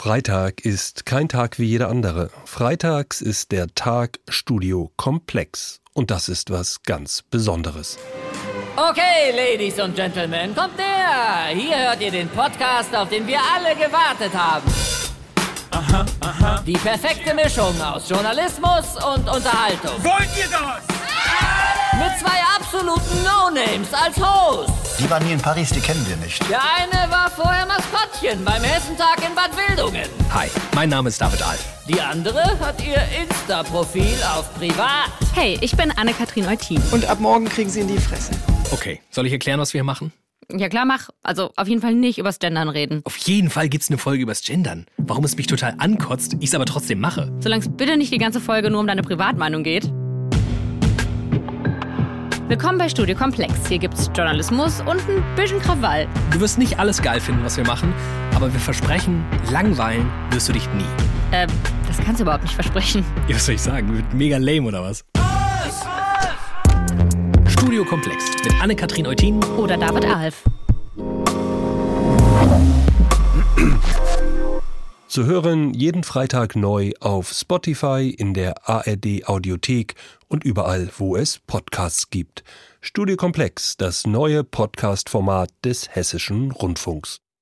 Freitag ist kein Tag wie jeder andere. Freitags ist der Tag Studio Komplex. Und das ist was ganz Besonderes. Okay, Ladies und Gentlemen, kommt her! Hier hört ihr den Podcast, auf den wir alle gewartet haben. Die perfekte Mischung aus Journalismus und Unterhaltung. Wollt ihr das? Mit zwei absoluten No-Names als Host. Die waren nie in Paris, die kennen wir nicht. Der eine war vorher Maskottchen beim Hessentag in Bad Wildungen. Hi, mein Name ist David Alf. Die andere hat ihr Insta-Profil auf Privat. Hey, ich bin Anne-Kathrin Eutin. Und ab morgen kriegen sie in die Fresse. Okay, soll ich erklären, was wir hier machen? Ja klar, mach. Also auf jeden Fall nicht übers Gendern reden. Auf jeden Fall gibt's eine Folge übers Gendern. Warum es mich total ankotzt, ich's aber trotzdem mache. Solange es bitte nicht die ganze Folge nur um deine Privatmeinung geht. Willkommen bei Studio Komplex. Hier gibt's Journalismus und ein bisschen Krawall. Du wirst nicht alles geil finden, was wir machen, aber wir versprechen, langweilen wirst du dich nie. Äh, das kannst du überhaupt nicht versprechen. Ja, was soll ich sagen? Wird mega lame oder was? Studio Komplex mit Anne-Kathrin Eutin. Oder David Alf. Zu hören jeden Freitag neu auf Spotify, in der ARD Audiothek und überall, wo es Podcasts gibt. Studio Komplex, das neue Podcast-Format des Hessischen Rundfunks.